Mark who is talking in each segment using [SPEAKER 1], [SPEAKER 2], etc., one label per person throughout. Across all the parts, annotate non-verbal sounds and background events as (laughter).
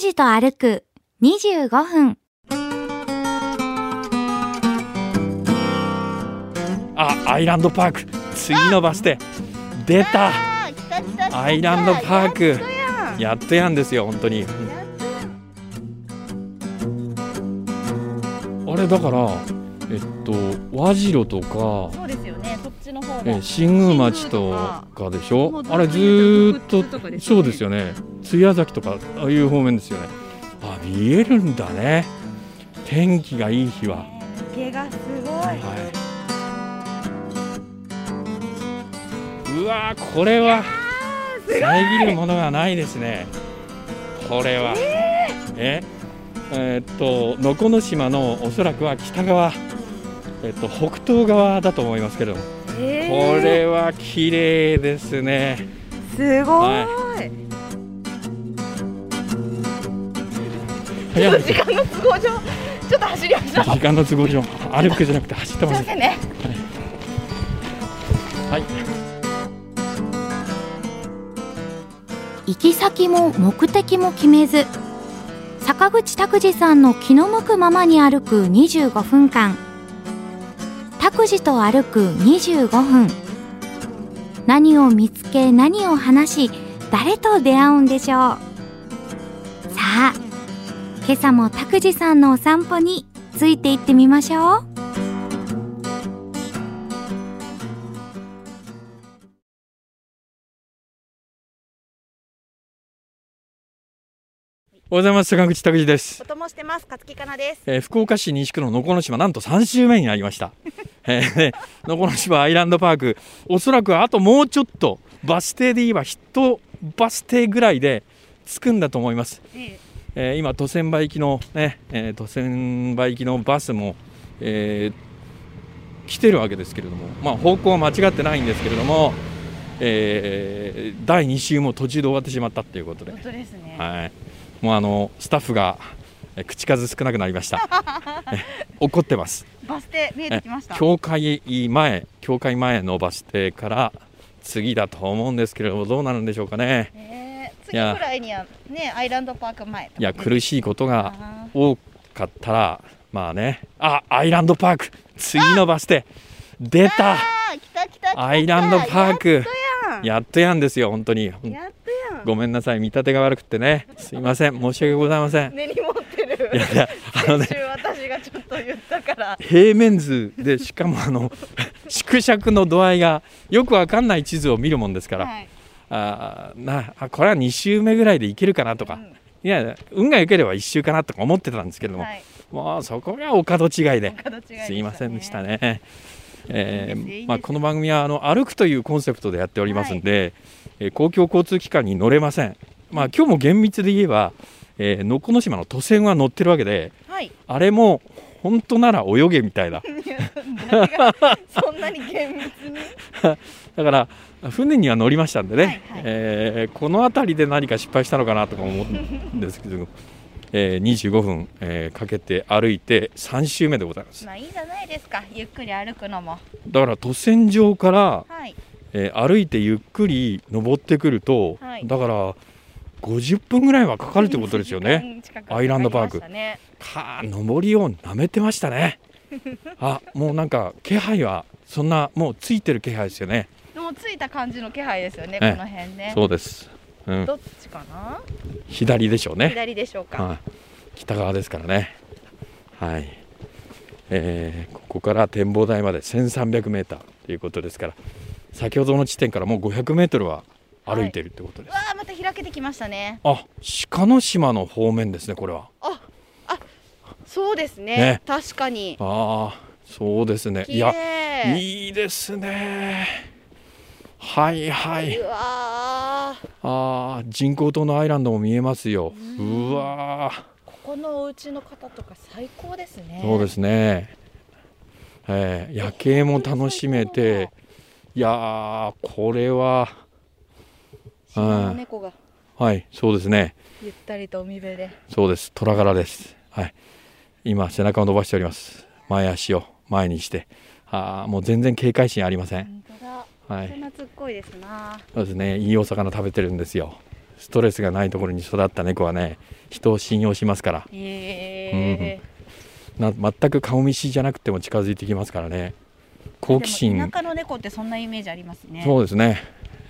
[SPEAKER 1] 事と歩く25分。
[SPEAKER 2] あアイランドパーク次のバス停出た
[SPEAKER 3] あー来た来た来た来た
[SPEAKER 2] アイランドパーク
[SPEAKER 3] やっとやん
[SPEAKER 2] やっとやんですよ本当に
[SPEAKER 3] やっとやん
[SPEAKER 2] あれだからえっと和白とか
[SPEAKER 4] そうですよね。そっちの方
[SPEAKER 2] え
[SPEAKER 4] も。
[SPEAKER 2] 新宮町とかでしょあれずーっとそうですよね津屋崎とかああいう方面ですよねあ見えるんだね天気がいい日は
[SPEAKER 4] 抜けがすごい。
[SPEAKER 2] はい、うわーこれは遮るものがないですねこれはええーっと能古の島のおそらくは北側えっと北東側だと思いますけれども、
[SPEAKER 4] え
[SPEAKER 2] これは綺麗ですね
[SPEAKER 4] ー、すごい。
[SPEAKER 2] 早い
[SPEAKER 4] 時間の都合上、ちょっと走りました。す
[SPEAKER 2] 時間の都合上歩くじゃなくて走って
[SPEAKER 4] み
[SPEAKER 2] ま
[SPEAKER 4] ますせんね。 (laughs)
[SPEAKER 2] はい
[SPEAKER 1] 行き先も目的も決めず、坂口拓司さんの気の向くままに歩く25分間。拓司と歩く25分。何を見つけ、何を話し、誰と出会うんでしょう。さあ、今朝も拓司さんのお散歩について行ってみましょう。
[SPEAKER 2] おはようございます坂口拓司です
[SPEAKER 4] お供してます。勝木かなです。
[SPEAKER 2] えー福岡市西区の能古の島、なんと3周目になりました。 (laughs) えーで能古の島アイランドパーク、おそらくあともうちょっと、バス停で言えば、1バス停ぐらいで着くんだと思います。えー今、都線場行きの、ね、えー都線場行きのバスも、えー来てるわけですけれども、まあ、方向は間違ってないんですけれども、えー第2週も途中で終わってしまったということで
[SPEAKER 4] 本。当ですね。
[SPEAKER 2] はい、もうあのスタッフがえ口数少なくなりま
[SPEAKER 4] (laughs)
[SPEAKER 2] した。え怒ってます。
[SPEAKER 4] バス停見えてきました。
[SPEAKER 2] 教会前、教会前のバス停から次だと思うんですけれども、どうなるんでしょうかね。
[SPEAKER 4] えー、
[SPEAKER 2] い
[SPEAKER 4] 次
[SPEAKER 2] や
[SPEAKER 4] くらいにはね、アイランドパーク前。
[SPEAKER 2] いや、苦しいことが
[SPEAKER 4] あ
[SPEAKER 2] 多かったら、まあね、あ、アイランドパーク、次のバス停、出た、
[SPEAKER 3] あー来た来た来た
[SPEAKER 2] アイランドパーク、
[SPEAKER 4] ー
[SPEAKER 2] やっとやんですよ、本当に。
[SPEAKER 4] やっとやん。
[SPEAKER 2] ごめんなさい、見立てが悪くってね、すいません、申し訳ございません。
[SPEAKER 4] 根に持ってる。
[SPEAKER 2] いやいや、あのね
[SPEAKER 4] 先、週私がちょっと言ったから。
[SPEAKER 2] 平面図でしかもあの (laughs) 縮尺の度合いがよくわかんない地図を見るもんですから、
[SPEAKER 4] はい。
[SPEAKER 2] あーなあこれは2周目ぐらいでいけるかなとか、
[SPEAKER 4] うん
[SPEAKER 2] いや運が良ければ1周かなとか思ってたんですけども、
[SPEAKER 4] はい。
[SPEAKER 2] もうそこがお門違いで
[SPEAKER 4] 角違いしたね
[SPEAKER 2] すいませんでした。ね。え
[SPEAKER 4] いいんですよいいんです
[SPEAKER 2] ー
[SPEAKER 4] よ
[SPEAKER 2] まあ、この番組はあの歩くというコンセプトでやっておりますんで、えー公共交通機関に乗れません、まあ今日も厳密で言えばえー能古、の島の都線は乗ってるわけで
[SPEAKER 4] はい。
[SPEAKER 2] あれも本当なら泳げみたいない
[SPEAKER 4] や何がそんなに厳密に。
[SPEAKER 2] だから船には乗りましたんでね、
[SPEAKER 4] はいはい
[SPEAKER 2] えーこの辺りで何か失敗したのかなとか思うんですけど、えー25分、えーかけて歩いて3周目でございます
[SPEAKER 4] まあいいじゃないですか。ゆっくり歩くのも。
[SPEAKER 2] だから都線上から、
[SPEAKER 4] はい。
[SPEAKER 2] えー歩いてゆっくり登ってくると、
[SPEAKER 4] はい
[SPEAKER 2] だから50分ぐらいはかかるってことですよね
[SPEAKER 4] 1時間近くかかりましたね。
[SPEAKER 2] アイランドパークかあ上りをなめてました
[SPEAKER 4] (laughs)
[SPEAKER 2] ねあもうなんか気配はそんなもうついてる気配ですよね
[SPEAKER 4] もう着いた感じの気配ですよね。
[SPEAKER 2] ええ
[SPEAKER 4] この辺ね。
[SPEAKER 2] そうです、うん、
[SPEAKER 4] どっちかな？
[SPEAKER 2] 左でしょうね
[SPEAKER 4] 左でしょうか。
[SPEAKER 2] はい、北側ですからね、はいえーここから展望台まで1300メーターということですから先ほどの地点からもう500メートルは歩いてるってことです、
[SPEAKER 4] わあまた開けてきましたね。
[SPEAKER 2] あ鹿の島の方面ですねこれは
[SPEAKER 4] そうですね。
[SPEAKER 2] ね
[SPEAKER 4] 確かに。
[SPEAKER 2] ああそうですねい
[SPEAKER 4] 綺
[SPEAKER 2] や
[SPEAKER 4] 麗。
[SPEAKER 2] いいですねはいはいう
[SPEAKER 4] わー
[SPEAKER 2] あー人工島のアイランドも見えますようわー
[SPEAKER 4] ここのお家の方とか最高ですね。
[SPEAKER 2] そうですね、えー夜景も楽しめて、いやー、これは、
[SPEAKER 4] 島の猫が
[SPEAKER 2] はい、そうですね、
[SPEAKER 4] ゆったりと海辺で。
[SPEAKER 2] そうです、虎柄です、はい、今、背中を伸ばしております、前足を前にして、あーもう全然警戒心ありません、
[SPEAKER 4] 本当だ。
[SPEAKER 2] はい、
[SPEAKER 4] 大人っこいですな。
[SPEAKER 2] そうですね、いいお魚食べてるんですよ、ストレスがないところに育った猫はね人を信用しますから
[SPEAKER 4] ええ
[SPEAKER 2] な全く顔見知りじゃなくても近づいてきますからね好奇
[SPEAKER 4] で
[SPEAKER 2] 心
[SPEAKER 4] も田舎の猫ってそんなイメージありますね
[SPEAKER 2] そうですね、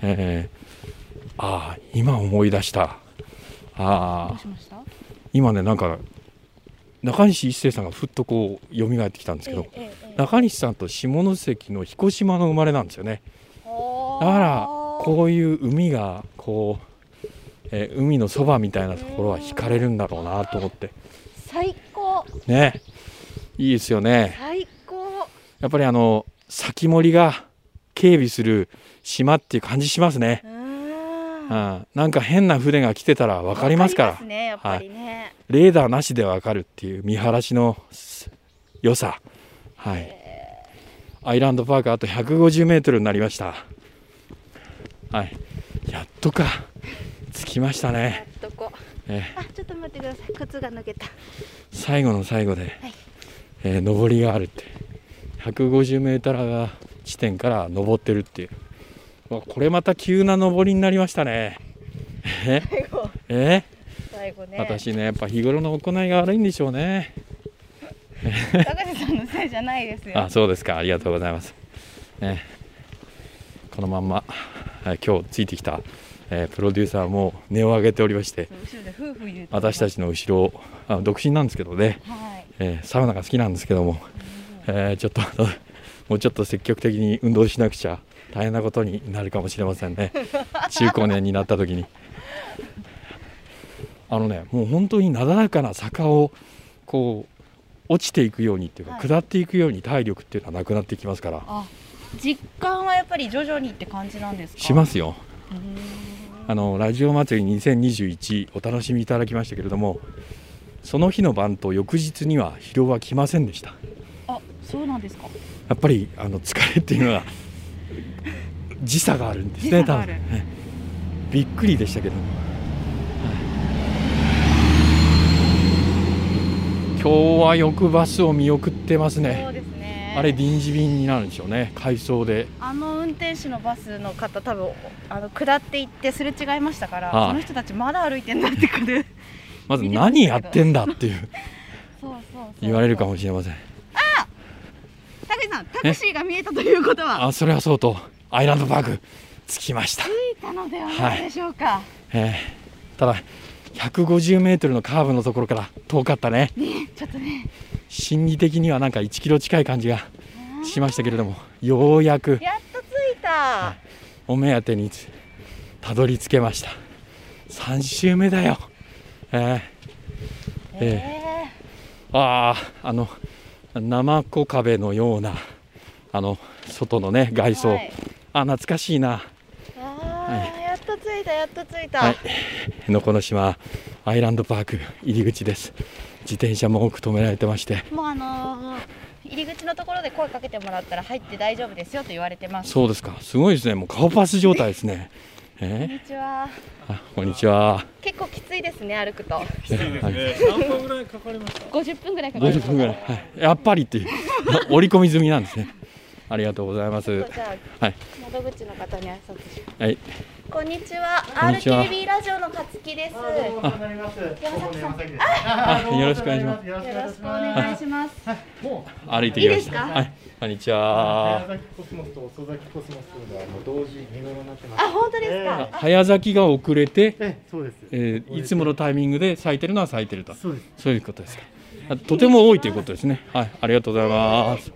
[SPEAKER 2] えーああ今思い出したあ
[SPEAKER 4] どう
[SPEAKER 2] あ
[SPEAKER 4] しました
[SPEAKER 2] 今ねなんか中西一生さんがふっとこう蘇ってきたんですけど、
[SPEAKER 4] ええええ
[SPEAKER 2] 中西さんと下関の彦島の生まれなんですよね
[SPEAKER 4] ほー
[SPEAKER 2] だからこういう海がこう、えー海のそばみたいなところは惹かれるんだろうなと思って
[SPEAKER 4] 最高
[SPEAKER 2] ねいいですよね
[SPEAKER 4] 最高
[SPEAKER 2] やっぱりあの先森が警備する島っていう感じしますね、
[SPEAKER 4] うーん
[SPEAKER 2] うん、なんか変な船が来てたら分かりますから
[SPEAKER 4] わかりますねやっぱりね、
[SPEAKER 2] レーダーなしでわかるっていう見晴らしのす良さ、はい、アイランドパークあと150メートルになりました、はい、やっとか着きました
[SPEAKER 4] や
[SPEAKER 2] ね、
[SPEAKER 4] っとこ
[SPEAKER 2] え
[SPEAKER 4] あちょっと待ってください靴が脱げた
[SPEAKER 2] 最後の最後で、
[SPEAKER 4] はい
[SPEAKER 2] えー上りがあるって150メートル地点から登ってるっていううわこれまた急な上りになりましたねえ
[SPEAKER 4] 最後
[SPEAKER 2] え
[SPEAKER 4] 最後ね
[SPEAKER 2] 私ねやっぱ日頃の行いが悪いんでしょうね
[SPEAKER 4] 高橋さんのせいじゃないですよ
[SPEAKER 2] あそうですかありがとうございます、ね、このまんま、えー今日ついてきた、えープロデューサーも音を上げておりまして
[SPEAKER 4] 後ろで夫婦言う
[SPEAKER 2] 私た
[SPEAKER 4] ち
[SPEAKER 2] ちの後ろをあ独身なんですけどね、
[SPEAKER 4] はい
[SPEAKER 2] えーサウナが好きなんですけども、えーちょっと (laughs) もうちょっと積極的に運動しなくちゃ大変なことになるかもしれませんね中高年になった時にあのねもう本当になだらかな坂をこう落ちていくようにっていうか、
[SPEAKER 4] はい
[SPEAKER 2] 下っていくように体力っていうのはなくなってきますから
[SPEAKER 4] あ実感はやっぱり徐々にって感じなんですか
[SPEAKER 2] しますよ
[SPEAKER 4] うーん
[SPEAKER 2] あのラジオ祭り2021お楽しみいただきましたけれどもその日の晩と翌日には疲労は来ませんでした
[SPEAKER 4] あそうなんですか
[SPEAKER 2] やっぱりあの疲れっていうの
[SPEAKER 4] (laughs)
[SPEAKER 2] は時差があるんですね
[SPEAKER 4] 時差がある
[SPEAKER 2] 多分はいびっくりでしたけど、はい今日はよくバスを見送ってます
[SPEAKER 4] そう
[SPEAKER 2] ね
[SPEAKER 4] ですね
[SPEAKER 2] あれ臨時便になるんでしょうね回送で
[SPEAKER 4] あの運転手のバスの方多分あの下って行ってすれ違いましたから、
[SPEAKER 2] はい
[SPEAKER 4] その人たちまだ歩いてんだってくる
[SPEAKER 2] まず
[SPEAKER 4] 見てました
[SPEAKER 2] 何
[SPEAKER 4] けど
[SPEAKER 2] やってんだっていう
[SPEAKER 4] そうそうそうそう
[SPEAKER 2] 言われるかもしれません
[SPEAKER 4] タクシーさんタクシーが見えたということは
[SPEAKER 2] あそれはそうとアイランドパーク着きました、
[SPEAKER 4] 見えたのではないでしょうか、
[SPEAKER 2] えーただ150メートルのカーブのところから遠かったね
[SPEAKER 4] ねちょっとね
[SPEAKER 2] 心理的にはなんか1キロ近い感じがしましたけれどもようやく
[SPEAKER 4] やっと着いた
[SPEAKER 2] お目当てにつたどり着けました3周目だよ、え
[SPEAKER 4] え
[SPEAKER 2] えーあああのナマコ壁のようなあの外のね外装、
[SPEAKER 4] はい
[SPEAKER 2] あ懐かしいな
[SPEAKER 4] あーやっと着いたやっと着いた、
[SPEAKER 2] はい (laughs) のこの島アイランドパーク入り口です自転車も多く止められてまして
[SPEAKER 4] もうあのー入り口のところで声かけてもらったら入って大丈夫ですよと言われてます
[SPEAKER 2] そうですかすごいですねもう顔パス状態ですね
[SPEAKER 4] こん
[SPEAKER 2] え
[SPEAKER 4] にちは
[SPEAKER 2] ーあこんにちは
[SPEAKER 4] 結構きついですね歩くと
[SPEAKER 5] えー何分ぐらいかかりました
[SPEAKER 4] 50分ぐらいかかる
[SPEAKER 2] 50分ぐらい、はい、やっぱりっていう折り込み済みなんですねありがとうございま
[SPEAKER 4] ち
[SPEAKER 2] す
[SPEAKER 4] ょっとじゃあ、
[SPEAKER 2] はい
[SPEAKER 4] 窓口の方に挨拶します
[SPEAKER 2] はい
[SPEAKER 4] こんにちは
[SPEAKER 2] こんにちは
[SPEAKER 4] RTB ラジオの勝木ですよ
[SPEAKER 5] お世話になります。
[SPEAKER 4] 山崎さん
[SPEAKER 5] 山崎ですあ
[SPEAKER 2] あよろしくお願いします
[SPEAKER 5] よろくお願
[SPEAKER 4] ろ
[SPEAKER 5] い
[SPEAKER 4] し
[SPEAKER 5] し
[SPEAKER 4] くお願い
[SPEAKER 5] ま
[SPEAKER 4] します
[SPEAKER 5] す。も
[SPEAKER 2] 歩いてきま
[SPEAKER 4] いいで
[SPEAKER 2] し
[SPEAKER 4] す
[SPEAKER 2] た
[SPEAKER 4] か
[SPEAKER 2] はいこんにち
[SPEAKER 5] う、
[SPEAKER 2] は
[SPEAKER 5] 早咲きコスモスと遅咲きコスモスがあの同時見頃になってます。
[SPEAKER 4] あ本当です
[SPEAKER 5] え
[SPEAKER 4] か
[SPEAKER 5] え、
[SPEAKER 2] 早咲きが遅れて、
[SPEAKER 5] え、そうです。
[SPEAKER 2] えーいつものタイミングで咲いてるのは咲いてると
[SPEAKER 5] そうです。
[SPEAKER 2] そういうことですかあとても多いということですねはいありがとうございます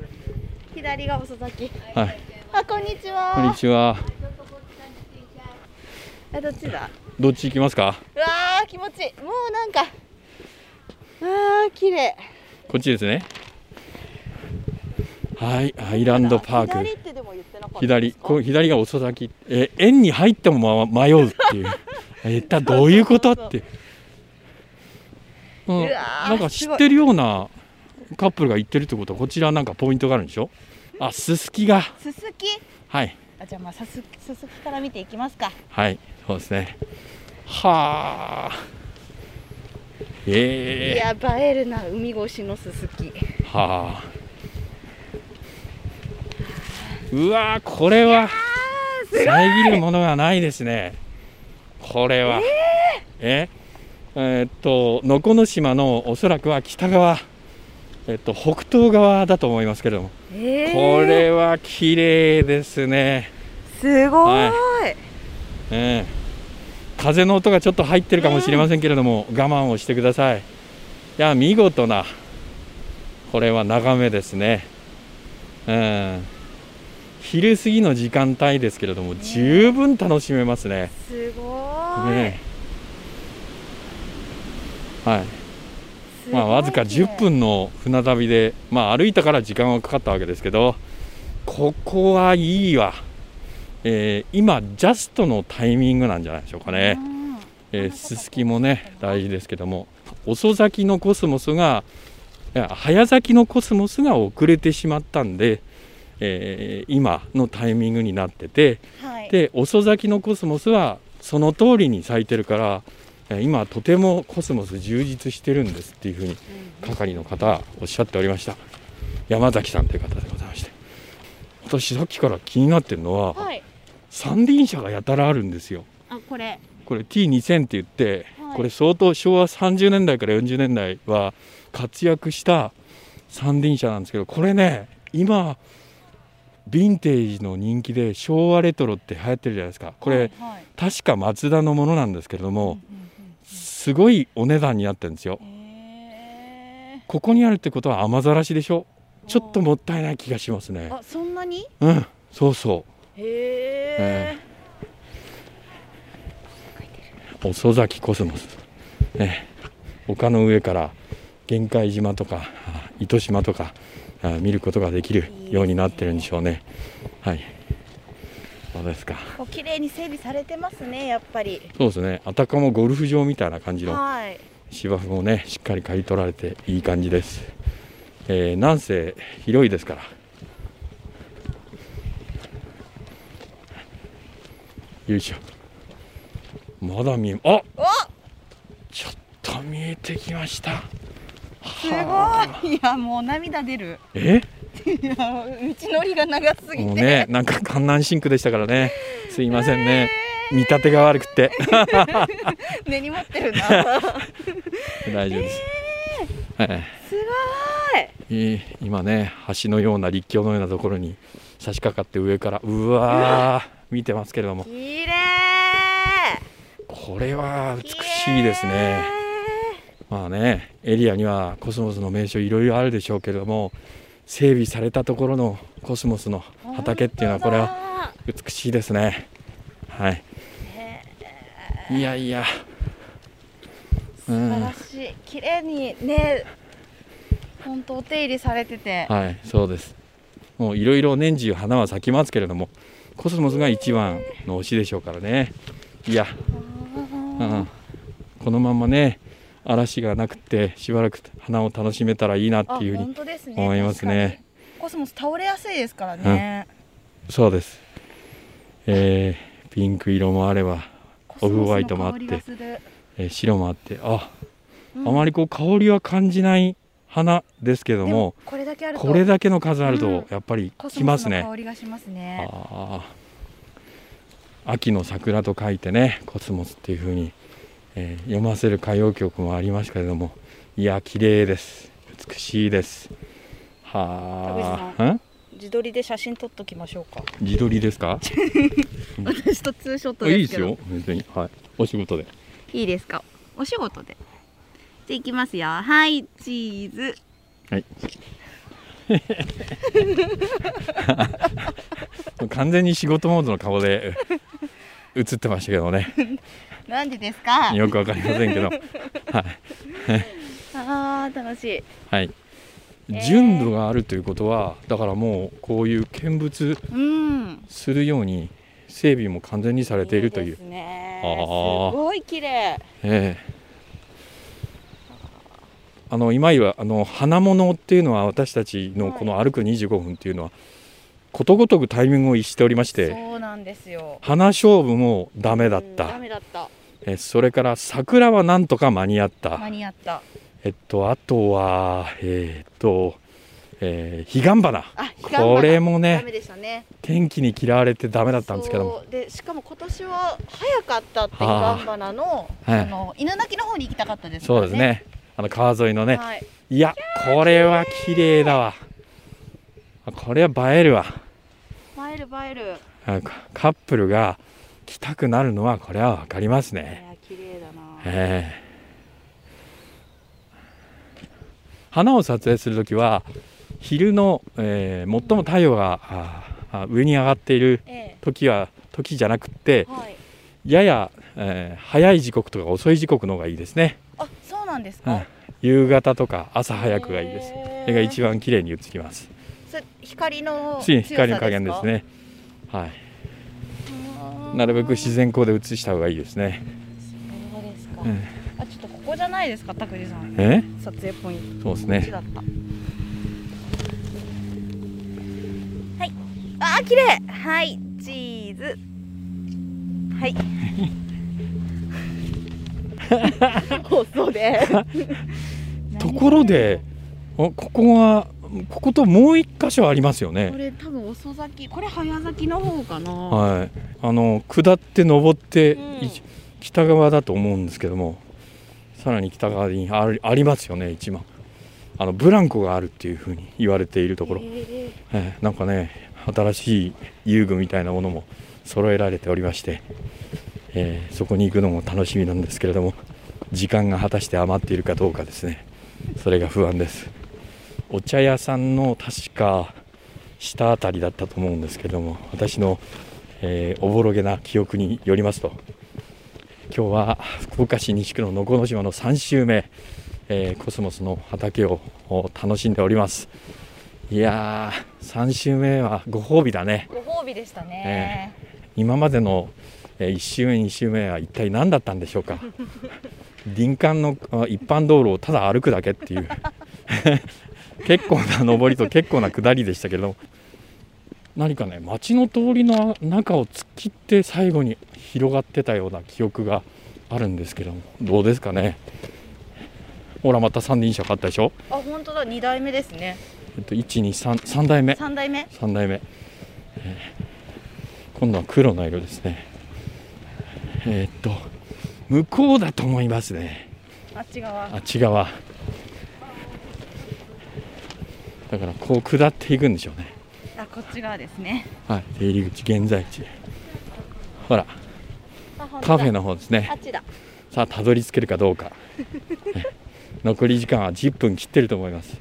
[SPEAKER 4] 左が遅咲き
[SPEAKER 2] はい
[SPEAKER 4] あこんにち
[SPEAKER 2] こんに
[SPEAKER 4] は
[SPEAKER 2] ちは
[SPEAKER 4] あどっちだ
[SPEAKER 2] どっち行きますか
[SPEAKER 4] うわー気持ちいいもうなんかあー綺麗
[SPEAKER 2] こっちですねはいアイランドパーク
[SPEAKER 4] 左ってでも言ってなかった
[SPEAKER 2] 左こう左が遅咲きえ円に入ってもま迷うって
[SPEAKER 4] (laughs)
[SPEAKER 2] いうえ一体どういうこと
[SPEAKER 4] そうそう
[SPEAKER 2] っていう、うん、
[SPEAKER 4] うわー
[SPEAKER 2] なんか知ってるようなカップルが行ってるってことはこちらなんかポイントがあるんでしょあすすきが
[SPEAKER 4] すすき
[SPEAKER 2] はい
[SPEAKER 4] あじゃあまあさすすすきから見ていきますか
[SPEAKER 2] はいそうですねはあ
[SPEAKER 4] い
[SPEAKER 2] ええ
[SPEAKER 4] や映えるな海越しのすすき
[SPEAKER 2] はあうわーこれは遮るものがないですねここれは、ええーっと能古の島のおそらくは北側、えっと北東側だと思いますけれども、
[SPEAKER 6] えー、
[SPEAKER 2] これは綺麗ですね、
[SPEAKER 6] すごい、
[SPEAKER 2] はええ風の音がちょっと入ってるかもしれませんけれども、我慢をしてくださいいや見事なこれは眺めですね、うん、昼過ぎの時間帯ですけれども十分楽しめますね
[SPEAKER 6] すごい、
[SPEAKER 2] ねえはい
[SPEAKER 6] すごい
[SPEAKER 2] まあ、わずか10分の船旅で、まあ、歩いたから時間はかかったわけですけどここはいいわ、えー今ジャストのタイミングなんじゃないでしょうかね、えーススキもね大事ですけども遅咲きのコスモスがいや早咲きのコスモスが遅れてしまったんで、えー今のタイミングになってて、
[SPEAKER 4] はい。
[SPEAKER 2] で遅咲きのコスモスはその通りに咲いてるからえー今とてもコスモス充実してるんですっていうふうに係の方はおっしゃっておりました山崎さんという方でございまして私さっきから気になってるのは、
[SPEAKER 4] はい。
[SPEAKER 2] 三輪車がやたらあるんですよ
[SPEAKER 4] あ、これ。
[SPEAKER 2] これ T2000 って言って、
[SPEAKER 4] はい
[SPEAKER 2] これ相当昭和30年代から40年代は活躍した三輪車なんですけどこれね今ヴィンテージの人気で昭和レトロって流行ってるじゃないですかこれ、
[SPEAKER 4] はい。
[SPEAKER 2] 確かマツダのものなんですけれども、
[SPEAKER 4] うんうん
[SPEAKER 2] すごいお値段になってるんですよ
[SPEAKER 4] うんへ
[SPEAKER 2] ここにあるってことは雨ざらしでしょちょっともったいない気がしますね
[SPEAKER 4] ーあ、そんなに。
[SPEAKER 2] うんそうそ
[SPEAKER 4] へえ。
[SPEAKER 2] う遅咲きコスモス、ね、丘の上から玄界島とかあ糸島とかあ見ることができるようになってるんでしょうねはいそうですか
[SPEAKER 4] こう綺麗に整備されてますね、やっぱり。
[SPEAKER 2] そうですねあたかもゴルフ場みたいな感じの
[SPEAKER 4] はい。
[SPEAKER 2] 芝生もねしっかり刈り取られていい感じです、えーなんせ広いですからよいしょまだ見えあちょっと見えてきました
[SPEAKER 4] すご (laughs) い。いや、もう涙出る。 (laughs)
[SPEAKER 2] え
[SPEAKER 4] いや、道のりが長すぎ
[SPEAKER 2] もう
[SPEAKER 4] て。
[SPEAKER 2] ねなんか観南シンクでしたからねすいませんね、見立てが悪くって
[SPEAKER 4] 根に持って
[SPEAKER 2] (laughs)
[SPEAKER 4] るな。
[SPEAKER 2] 大丈夫です、はい
[SPEAKER 4] すごい。
[SPEAKER 2] いい今ね橋のような立教のようなところに差し掛かって上からうわー見てますけれども
[SPEAKER 6] 綺麗
[SPEAKER 2] これは美しいですねまあねエリアにはコスモスの名所いろいろあるでしょうけれども整備されたところのコスモスの畑っていうのはこれは
[SPEAKER 4] は。
[SPEAKER 2] 美しいですねはいいやいやう
[SPEAKER 4] 素晴
[SPEAKER 2] ん
[SPEAKER 4] らしい。綺麗にね。本当お手入れされてて。
[SPEAKER 2] はい、そうです。もういろいろ年中花は咲きますけれども、コスモスが一番の推しでしょうからね。いや、うん、このままね、嵐がなくてしばらく花を楽しめたらいいなっていうふう
[SPEAKER 4] 本
[SPEAKER 2] に
[SPEAKER 4] 当ですね。
[SPEAKER 2] 思いますね。
[SPEAKER 4] 確かに。コスモス倒れやすいですからね。
[SPEAKER 2] そうです。えーピンク色もあれば、オフホワイトもあって
[SPEAKER 4] コスモスの香りがする
[SPEAKER 2] えー白もあって、あ、
[SPEAKER 4] うん
[SPEAKER 2] あまりこう香りは感じない花ですけど
[SPEAKER 4] でも
[SPEAKER 2] も、
[SPEAKER 4] これだけあると
[SPEAKER 2] これだけの数ある
[SPEAKER 4] うん
[SPEAKER 2] とやっぱり
[SPEAKER 4] コス
[SPEAKER 2] き
[SPEAKER 4] モ
[SPEAKER 2] ま
[SPEAKER 4] ス
[SPEAKER 2] す
[SPEAKER 4] の
[SPEAKER 2] ね。
[SPEAKER 4] 香りがしますね。
[SPEAKER 2] ああ秋の桜と書いてねコスモスっていう風に、えー読ませる歌謡曲もありましたけれどもいや綺麗です美しいですはあん
[SPEAKER 4] 自撮りで写真撮っときましょうか。
[SPEAKER 2] 自撮りですか
[SPEAKER 4] 私とツーショット
[SPEAKER 2] いい
[SPEAKER 4] で
[SPEAKER 2] です
[SPEAKER 4] け
[SPEAKER 2] す
[SPEAKER 4] ど。
[SPEAKER 2] よ別にはいお仕事で
[SPEAKER 4] いいですか。お仕事で。じゃあ行きますよ。はい、チーズ。
[SPEAKER 2] はい。完全に仕事モードの顔でう映ってましたけど
[SPEAKER 4] (laughs)
[SPEAKER 2] ね
[SPEAKER 4] なんでですか。あ
[SPEAKER 2] よくわかりませんけどはい
[SPEAKER 4] あー、楽しい。
[SPEAKER 2] はい、
[SPEAKER 4] えー
[SPEAKER 2] 純度があるということはだからもうこういう見物
[SPEAKER 4] うん。
[SPEAKER 2] するように整備も完全にされているという
[SPEAKER 4] ですね。
[SPEAKER 2] あ
[SPEAKER 4] す
[SPEAKER 2] ー
[SPEAKER 4] ごい綺麗。
[SPEAKER 2] ええあの今言わあの花物っていうのは私たちのこの歩く25分っていうのはことごとくタイミングを逸しておりまして
[SPEAKER 4] そうなんですよ。
[SPEAKER 2] 花勝負もダメだっ
[SPEAKER 4] うんダ
[SPEAKER 2] た、
[SPEAKER 4] メだった。
[SPEAKER 2] えそれから桜はなんとか間に合った、
[SPEAKER 4] 間に合った。
[SPEAKER 2] えっと、あとは、えーっと、えー、彼岸花
[SPEAKER 4] あ彼岸花
[SPEAKER 2] これも
[SPEAKER 4] ダ
[SPEAKER 2] ね
[SPEAKER 4] メでしたね
[SPEAKER 2] 天気に嫌われてダメだったんですけども
[SPEAKER 4] そうでしかも今年は早かったってガンバナの,、
[SPEAKER 2] はい
[SPEAKER 4] あの犬鳴きの方に行きたかったですか
[SPEAKER 2] そう
[SPEAKER 4] ら
[SPEAKER 2] ですねあの川沿いのね、
[SPEAKER 4] はい、
[SPEAKER 2] いやこれは綺麗だわこれは映えるわ
[SPEAKER 4] 映える映える
[SPEAKER 2] なんかカップルが来たくなるのはこれは分かります
[SPEAKER 4] い
[SPEAKER 2] ね、
[SPEAKER 4] や綺麗だな
[SPEAKER 2] ええ花を撮影するときは昼の、えー最も太陽があーあ上に上がっている
[SPEAKER 4] え
[SPEAKER 2] 時は時じゃなくって
[SPEAKER 4] えはい
[SPEAKER 2] やや、えー早い時刻とか遅い時刻の方がいいですね、
[SPEAKER 4] あそうなんです
[SPEAKER 2] うん
[SPEAKER 4] か、
[SPEAKER 2] 夕方とか朝早くがいいです
[SPEAKER 4] へー
[SPEAKER 2] それが一番綺麗に映ります
[SPEAKER 4] それ光の
[SPEAKER 2] ついに
[SPEAKER 4] 強さですか
[SPEAKER 2] 光の加減ですねはいなるべく自然光で映した方がいいですね、
[SPEAKER 4] そうですか、
[SPEAKER 2] うん
[SPEAKER 4] あちょっとここじゃないですか拓司さん
[SPEAKER 2] え
[SPEAKER 4] 撮影ポイン
[SPEAKER 2] そうです
[SPEAKER 4] トこっち
[SPEAKER 2] ね
[SPEAKER 4] だった
[SPEAKER 6] あー綺麗はいチーズ
[SPEAKER 2] (laughs)
[SPEAKER 6] はい
[SPEAKER 4] 放送で
[SPEAKER 2] (laughs) ところでおここはここともう一箇所ありますよ
[SPEAKER 4] こ
[SPEAKER 2] ね
[SPEAKER 4] れ多分遅咲きこれ早咲きの方かな、
[SPEAKER 2] はいあの下って上って、
[SPEAKER 4] うん
[SPEAKER 2] い北側だと思うんですけどもさらに北側にあるありますよね一番あのブランコがあるっていうふうに言われているところ、
[SPEAKER 4] え
[SPEAKER 2] えーなんかね新しい遊具みたいなものも揃えられておりまして、えーそこに行くのも楽しみなんですけれども時間が果たして余っているかどうかですねそれが不安ですお茶屋さんの確か下あたりだったと思うんですけれども私の、えーおぼろげな記憶によりますと今日は福岡市西区の能古島の3周目、えーコスモスの畑をお楽しんでおりますいやー3週目はご褒美だね
[SPEAKER 4] ーご褒美でしたね、
[SPEAKER 2] 今までの1週目2週目は一体何だったんでしょうか林間のあ一般道路をただ歩くだけっていう (laughs) 結構な上りと結構な下りでしたけれども何かね街の通りの中を突っ切って最後に広がってたような記憶があるんですけどもどうですかねほらまた三輪車買ったでしょ、
[SPEAKER 4] あ本当だ二代目ですね
[SPEAKER 2] えっと、1233代目
[SPEAKER 4] 三代目
[SPEAKER 2] 三代目、えー今度は黒の色ですねえーっと向こうだと思いますね
[SPEAKER 4] あっち側
[SPEAKER 2] あっち側だからこう下っていくんでしょうね
[SPEAKER 4] あこっち側ですね
[SPEAKER 2] はい出入り口現在地ほら
[SPEAKER 4] あ本当だ
[SPEAKER 2] カフェの方です
[SPEAKER 4] あ
[SPEAKER 2] ね
[SPEAKER 4] っちだ
[SPEAKER 2] さあたどり着けるかどうか (laughs) え残り時間は10分切ってると思います、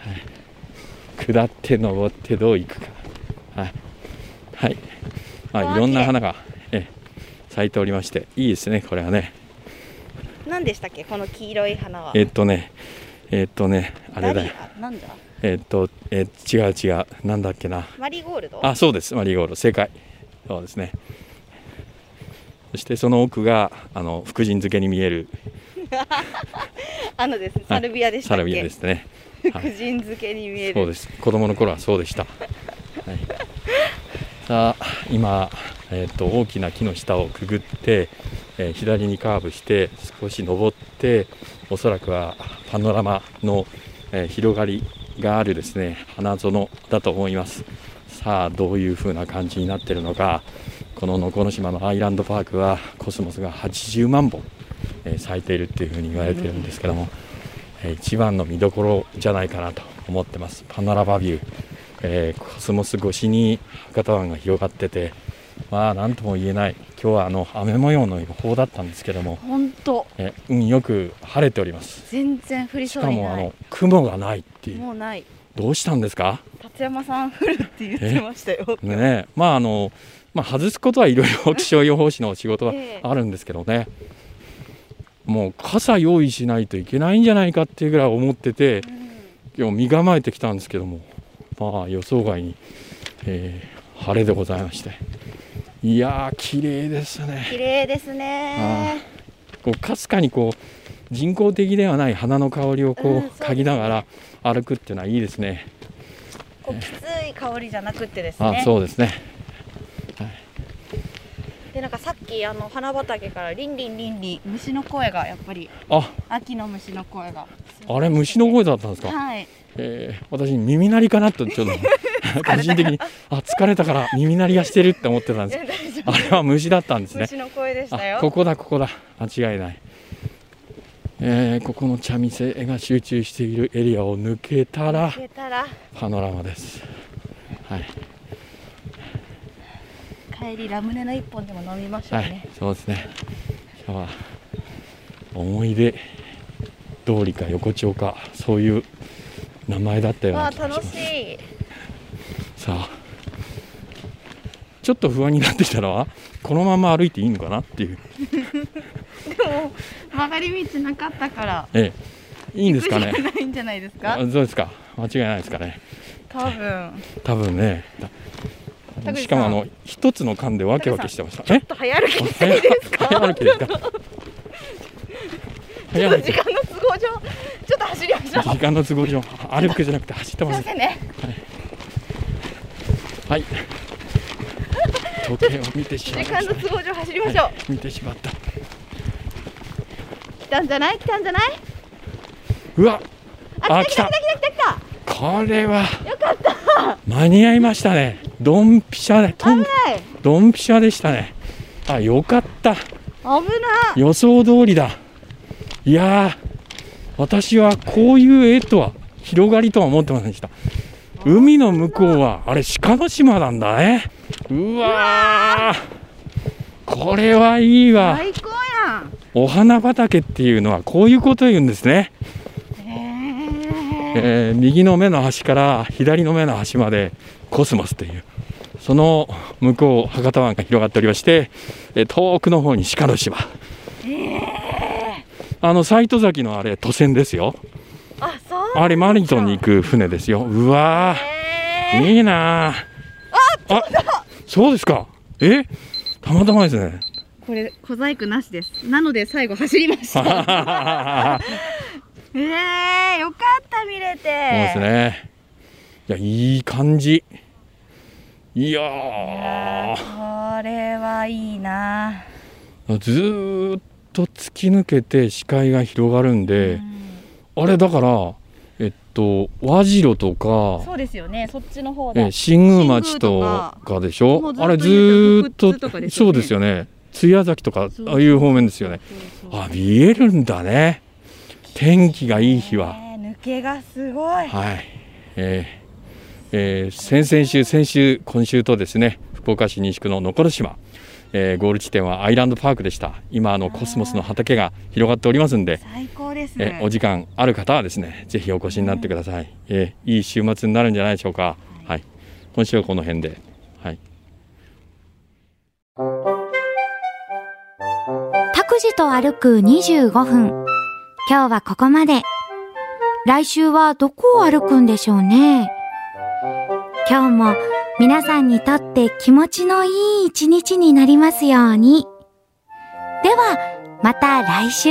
[SPEAKER 2] はい、下って登ってどう行くかはい、はいま
[SPEAKER 4] わ
[SPEAKER 2] あ、
[SPEAKER 4] あ
[SPEAKER 2] いろんな
[SPEAKER 4] 綺麗
[SPEAKER 2] 花が、ええ咲いておりましていいですねこれはね
[SPEAKER 4] 何でしたっけこの黄色い花は
[SPEAKER 2] えっとねえっとねあれだよ
[SPEAKER 4] ダリアなんだ
[SPEAKER 2] えっと、え違う違うなんだっけな
[SPEAKER 4] マリーゴールド
[SPEAKER 2] あそうですマリーゴールド正解そうですねそしてその奥があの福神漬けに見える
[SPEAKER 4] あのですねサルビアでした
[SPEAKER 2] サ
[SPEAKER 4] っけ
[SPEAKER 2] ラビアですね
[SPEAKER 4] 福神漬けに見え
[SPEAKER 2] そう
[SPEAKER 4] る
[SPEAKER 2] です子供の頃はそうでした、はい、さあ今、えー、と大きな木の下をくぐって、えー左にカーブして少し登っておそらくはパノラマの、えー広がりがあるですね花園だと思いますさあどういう風な感じになってるのかこの能古島のアイランドパークはコスモスが80万本、えー咲いているっていう風に言われてるんですけども、えー一番の見どころじゃないかなと思ってますパノラマビュー、えーコスモス越しに博多湾が広がっててまあ何とも言えない今日はあの雨模様の予報だったんですけども、
[SPEAKER 4] 本当
[SPEAKER 2] えー運よく晴れております
[SPEAKER 4] 全然降り
[SPEAKER 2] し
[SPEAKER 4] そう
[SPEAKER 2] か
[SPEAKER 4] に
[SPEAKER 2] もあ
[SPEAKER 4] ない
[SPEAKER 2] の雲がないっていう
[SPEAKER 4] もうない
[SPEAKER 2] どうしたんですか
[SPEAKER 4] 達山さん降るって言ってましたよ
[SPEAKER 2] ねえまああのまあ外すことはいろいろ (laughs) 気象予報士の仕事は
[SPEAKER 4] ええ
[SPEAKER 2] あるんですけどねもう傘用意しないといけないんじゃないかっていうぐらい思ってて、今日身構えてきたんですけどもまあ予想外に、えー晴れでございましていやー綺麗ですね
[SPEAKER 4] 綺麗ですね
[SPEAKER 2] こうかすかにこう人工的ではない花の香りを
[SPEAKER 4] うん
[SPEAKER 2] こ
[SPEAKER 4] そうで
[SPEAKER 2] う
[SPEAKER 4] すね
[SPEAKER 2] 嗅ぎながら歩くっていうのはいいですね
[SPEAKER 4] こうきつい香りじゃなくってです
[SPEAKER 2] あ
[SPEAKER 4] ね
[SPEAKER 2] そうですね
[SPEAKER 4] でなんかさっきあの花畑からリンリンリンリン虫の声がやっぱり
[SPEAKER 2] あ
[SPEAKER 4] 秋の虫の声が
[SPEAKER 2] あれ虫の声だったんですか、
[SPEAKER 4] はい
[SPEAKER 2] えー私耳鳴りかなとちょっ (laughs) と個人的にあ疲れたから耳鳴りがしてるって思ってたんです
[SPEAKER 4] え大丈
[SPEAKER 2] あれは虫だったんです
[SPEAKER 4] 夫
[SPEAKER 2] ね
[SPEAKER 4] 虫の声でした
[SPEAKER 2] あ
[SPEAKER 4] よ
[SPEAKER 2] ここだここだ間違いない、えーここの茶店が集中しているエリアを抜けたら
[SPEAKER 4] 消えたら
[SPEAKER 2] パノラマですはい
[SPEAKER 4] 帰りラムネの一本でも飲みましょう
[SPEAKER 2] は
[SPEAKER 4] ね、
[SPEAKER 2] いそうですね今日は思い出通りか横丁かそういう名前だったよう
[SPEAKER 4] わ
[SPEAKER 2] な
[SPEAKER 4] あ
[SPEAKER 2] 気がしま
[SPEAKER 4] 楽
[SPEAKER 2] す
[SPEAKER 4] しい
[SPEAKER 2] さあちょっと不安になってきたのはこのまま歩いていいのかなっていう、
[SPEAKER 4] 曲がり道なかったから
[SPEAKER 2] ええ、いいんですかね
[SPEAKER 4] 行くしかないんじゃないです
[SPEAKER 2] あ
[SPEAKER 4] か
[SPEAKER 2] どうですか間違いないですかね
[SPEAKER 4] 多分
[SPEAKER 2] 多分ね
[SPEAKER 4] 田口さん
[SPEAKER 2] しかもあの一つの缶でわけわけしてましたえ
[SPEAKER 4] ちょっと早歩きし (laughs)
[SPEAKER 2] 早早歩きですか早歩き
[SPEAKER 4] 時間の都合上ちょっと走りましょうす
[SPEAKER 2] 時間の都合上歩くじゃなくて走って
[SPEAKER 4] い
[SPEAKER 2] ま
[SPEAKER 4] ますせんね
[SPEAKER 2] はい時計を見てしま
[SPEAKER 4] 時
[SPEAKER 2] いま
[SPEAKER 4] 間
[SPEAKER 2] し
[SPEAKER 4] の
[SPEAKER 2] た、ね
[SPEAKER 4] 都合上走りましょう、
[SPEAKER 2] はい見てしまった
[SPEAKER 4] 来たんじゃない来たんじゃないう
[SPEAKER 2] わあ
[SPEAKER 4] 来た来た来た来た来
[SPEAKER 2] これは間に合いましたねドンピシャでトン
[SPEAKER 4] たはい
[SPEAKER 2] ドンピシャでしたねあよかった
[SPEAKER 4] 危な
[SPEAKER 2] 予想通りだいやー私はこういう絵とは広がりとは思ってませんでした海の向こうはあれ鹿の島なんだねうわーこれはいいわ
[SPEAKER 4] い最高やん
[SPEAKER 2] お花畑っていうのはこういうことを言うんですね、えー右の目の端から左の目の端までコスモスというその向こう博多湾が広がっておりまして、えー遠くの方に鹿の島、あの斎藤崎のあれ渡船ですよ
[SPEAKER 4] あそう
[SPEAKER 2] あれマリトンに行く船ですようわー、いいなーあそうですかえたまたまです (laughs) ね
[SPEAKER 4] これ小細工なしですなので最後走りまし
[SPEAKER 2] そうで
[SPEAKER 4] た
[SPEAKER 2] (laughs)
[SPEAKER 4] えー、よかった見れて
[SPEAKER 2] すねいやいい感じいやー
[SPEAKER 4] これはいいな
[SPEAKER 2] ずーっと突き抜けて視界が広がるんで、あれだからえっと和白とか、
[SPEAKER 4] そうですよねそっちの方
[SPEAKER 2] え
[SPEAKER 4] だ
[SPEAKER 2] 新宮町とかでしょ
[SPEAKER 4] 新宮とか
[SPEAKER 2] あれずーっと
[SPEAKER 4] もうずっと言うと福津とかですよ
[SPEAKER 2] そ
[SPEAKER 4] ね
[SPEAKER 2] うですよね津屋崎とか
[SPEAKER 4] そう
[SPEAKER 2] ああいう方面ですよね
[SPEAKER 4] そうそう
[SPEAKER 2] あ見えるんだね天気がいい日は
[SPEAKER 4] ねえ抜けがすごい
[SPEAKER 2] はいえーえー先々週、先週、今週とですね福岡市西区の残島、えーゴール地点はアイランドパークでした今あのコスモスの畑が広がっておりますんで
[SPEAKER 4] 最高です
[SPEAKER 2] えお時間ある方はですねぜひお越しになってください、えいい週末になるんじゃないでしょうか、はい、今週はこの辺で、はい、
[SPEAKER 1] 拓司と歩く25分。今日はここまで。来週はどこを歩くんでしょうね。今日も皆さんにとって気持ちのいい一日になりますように。では、また来週。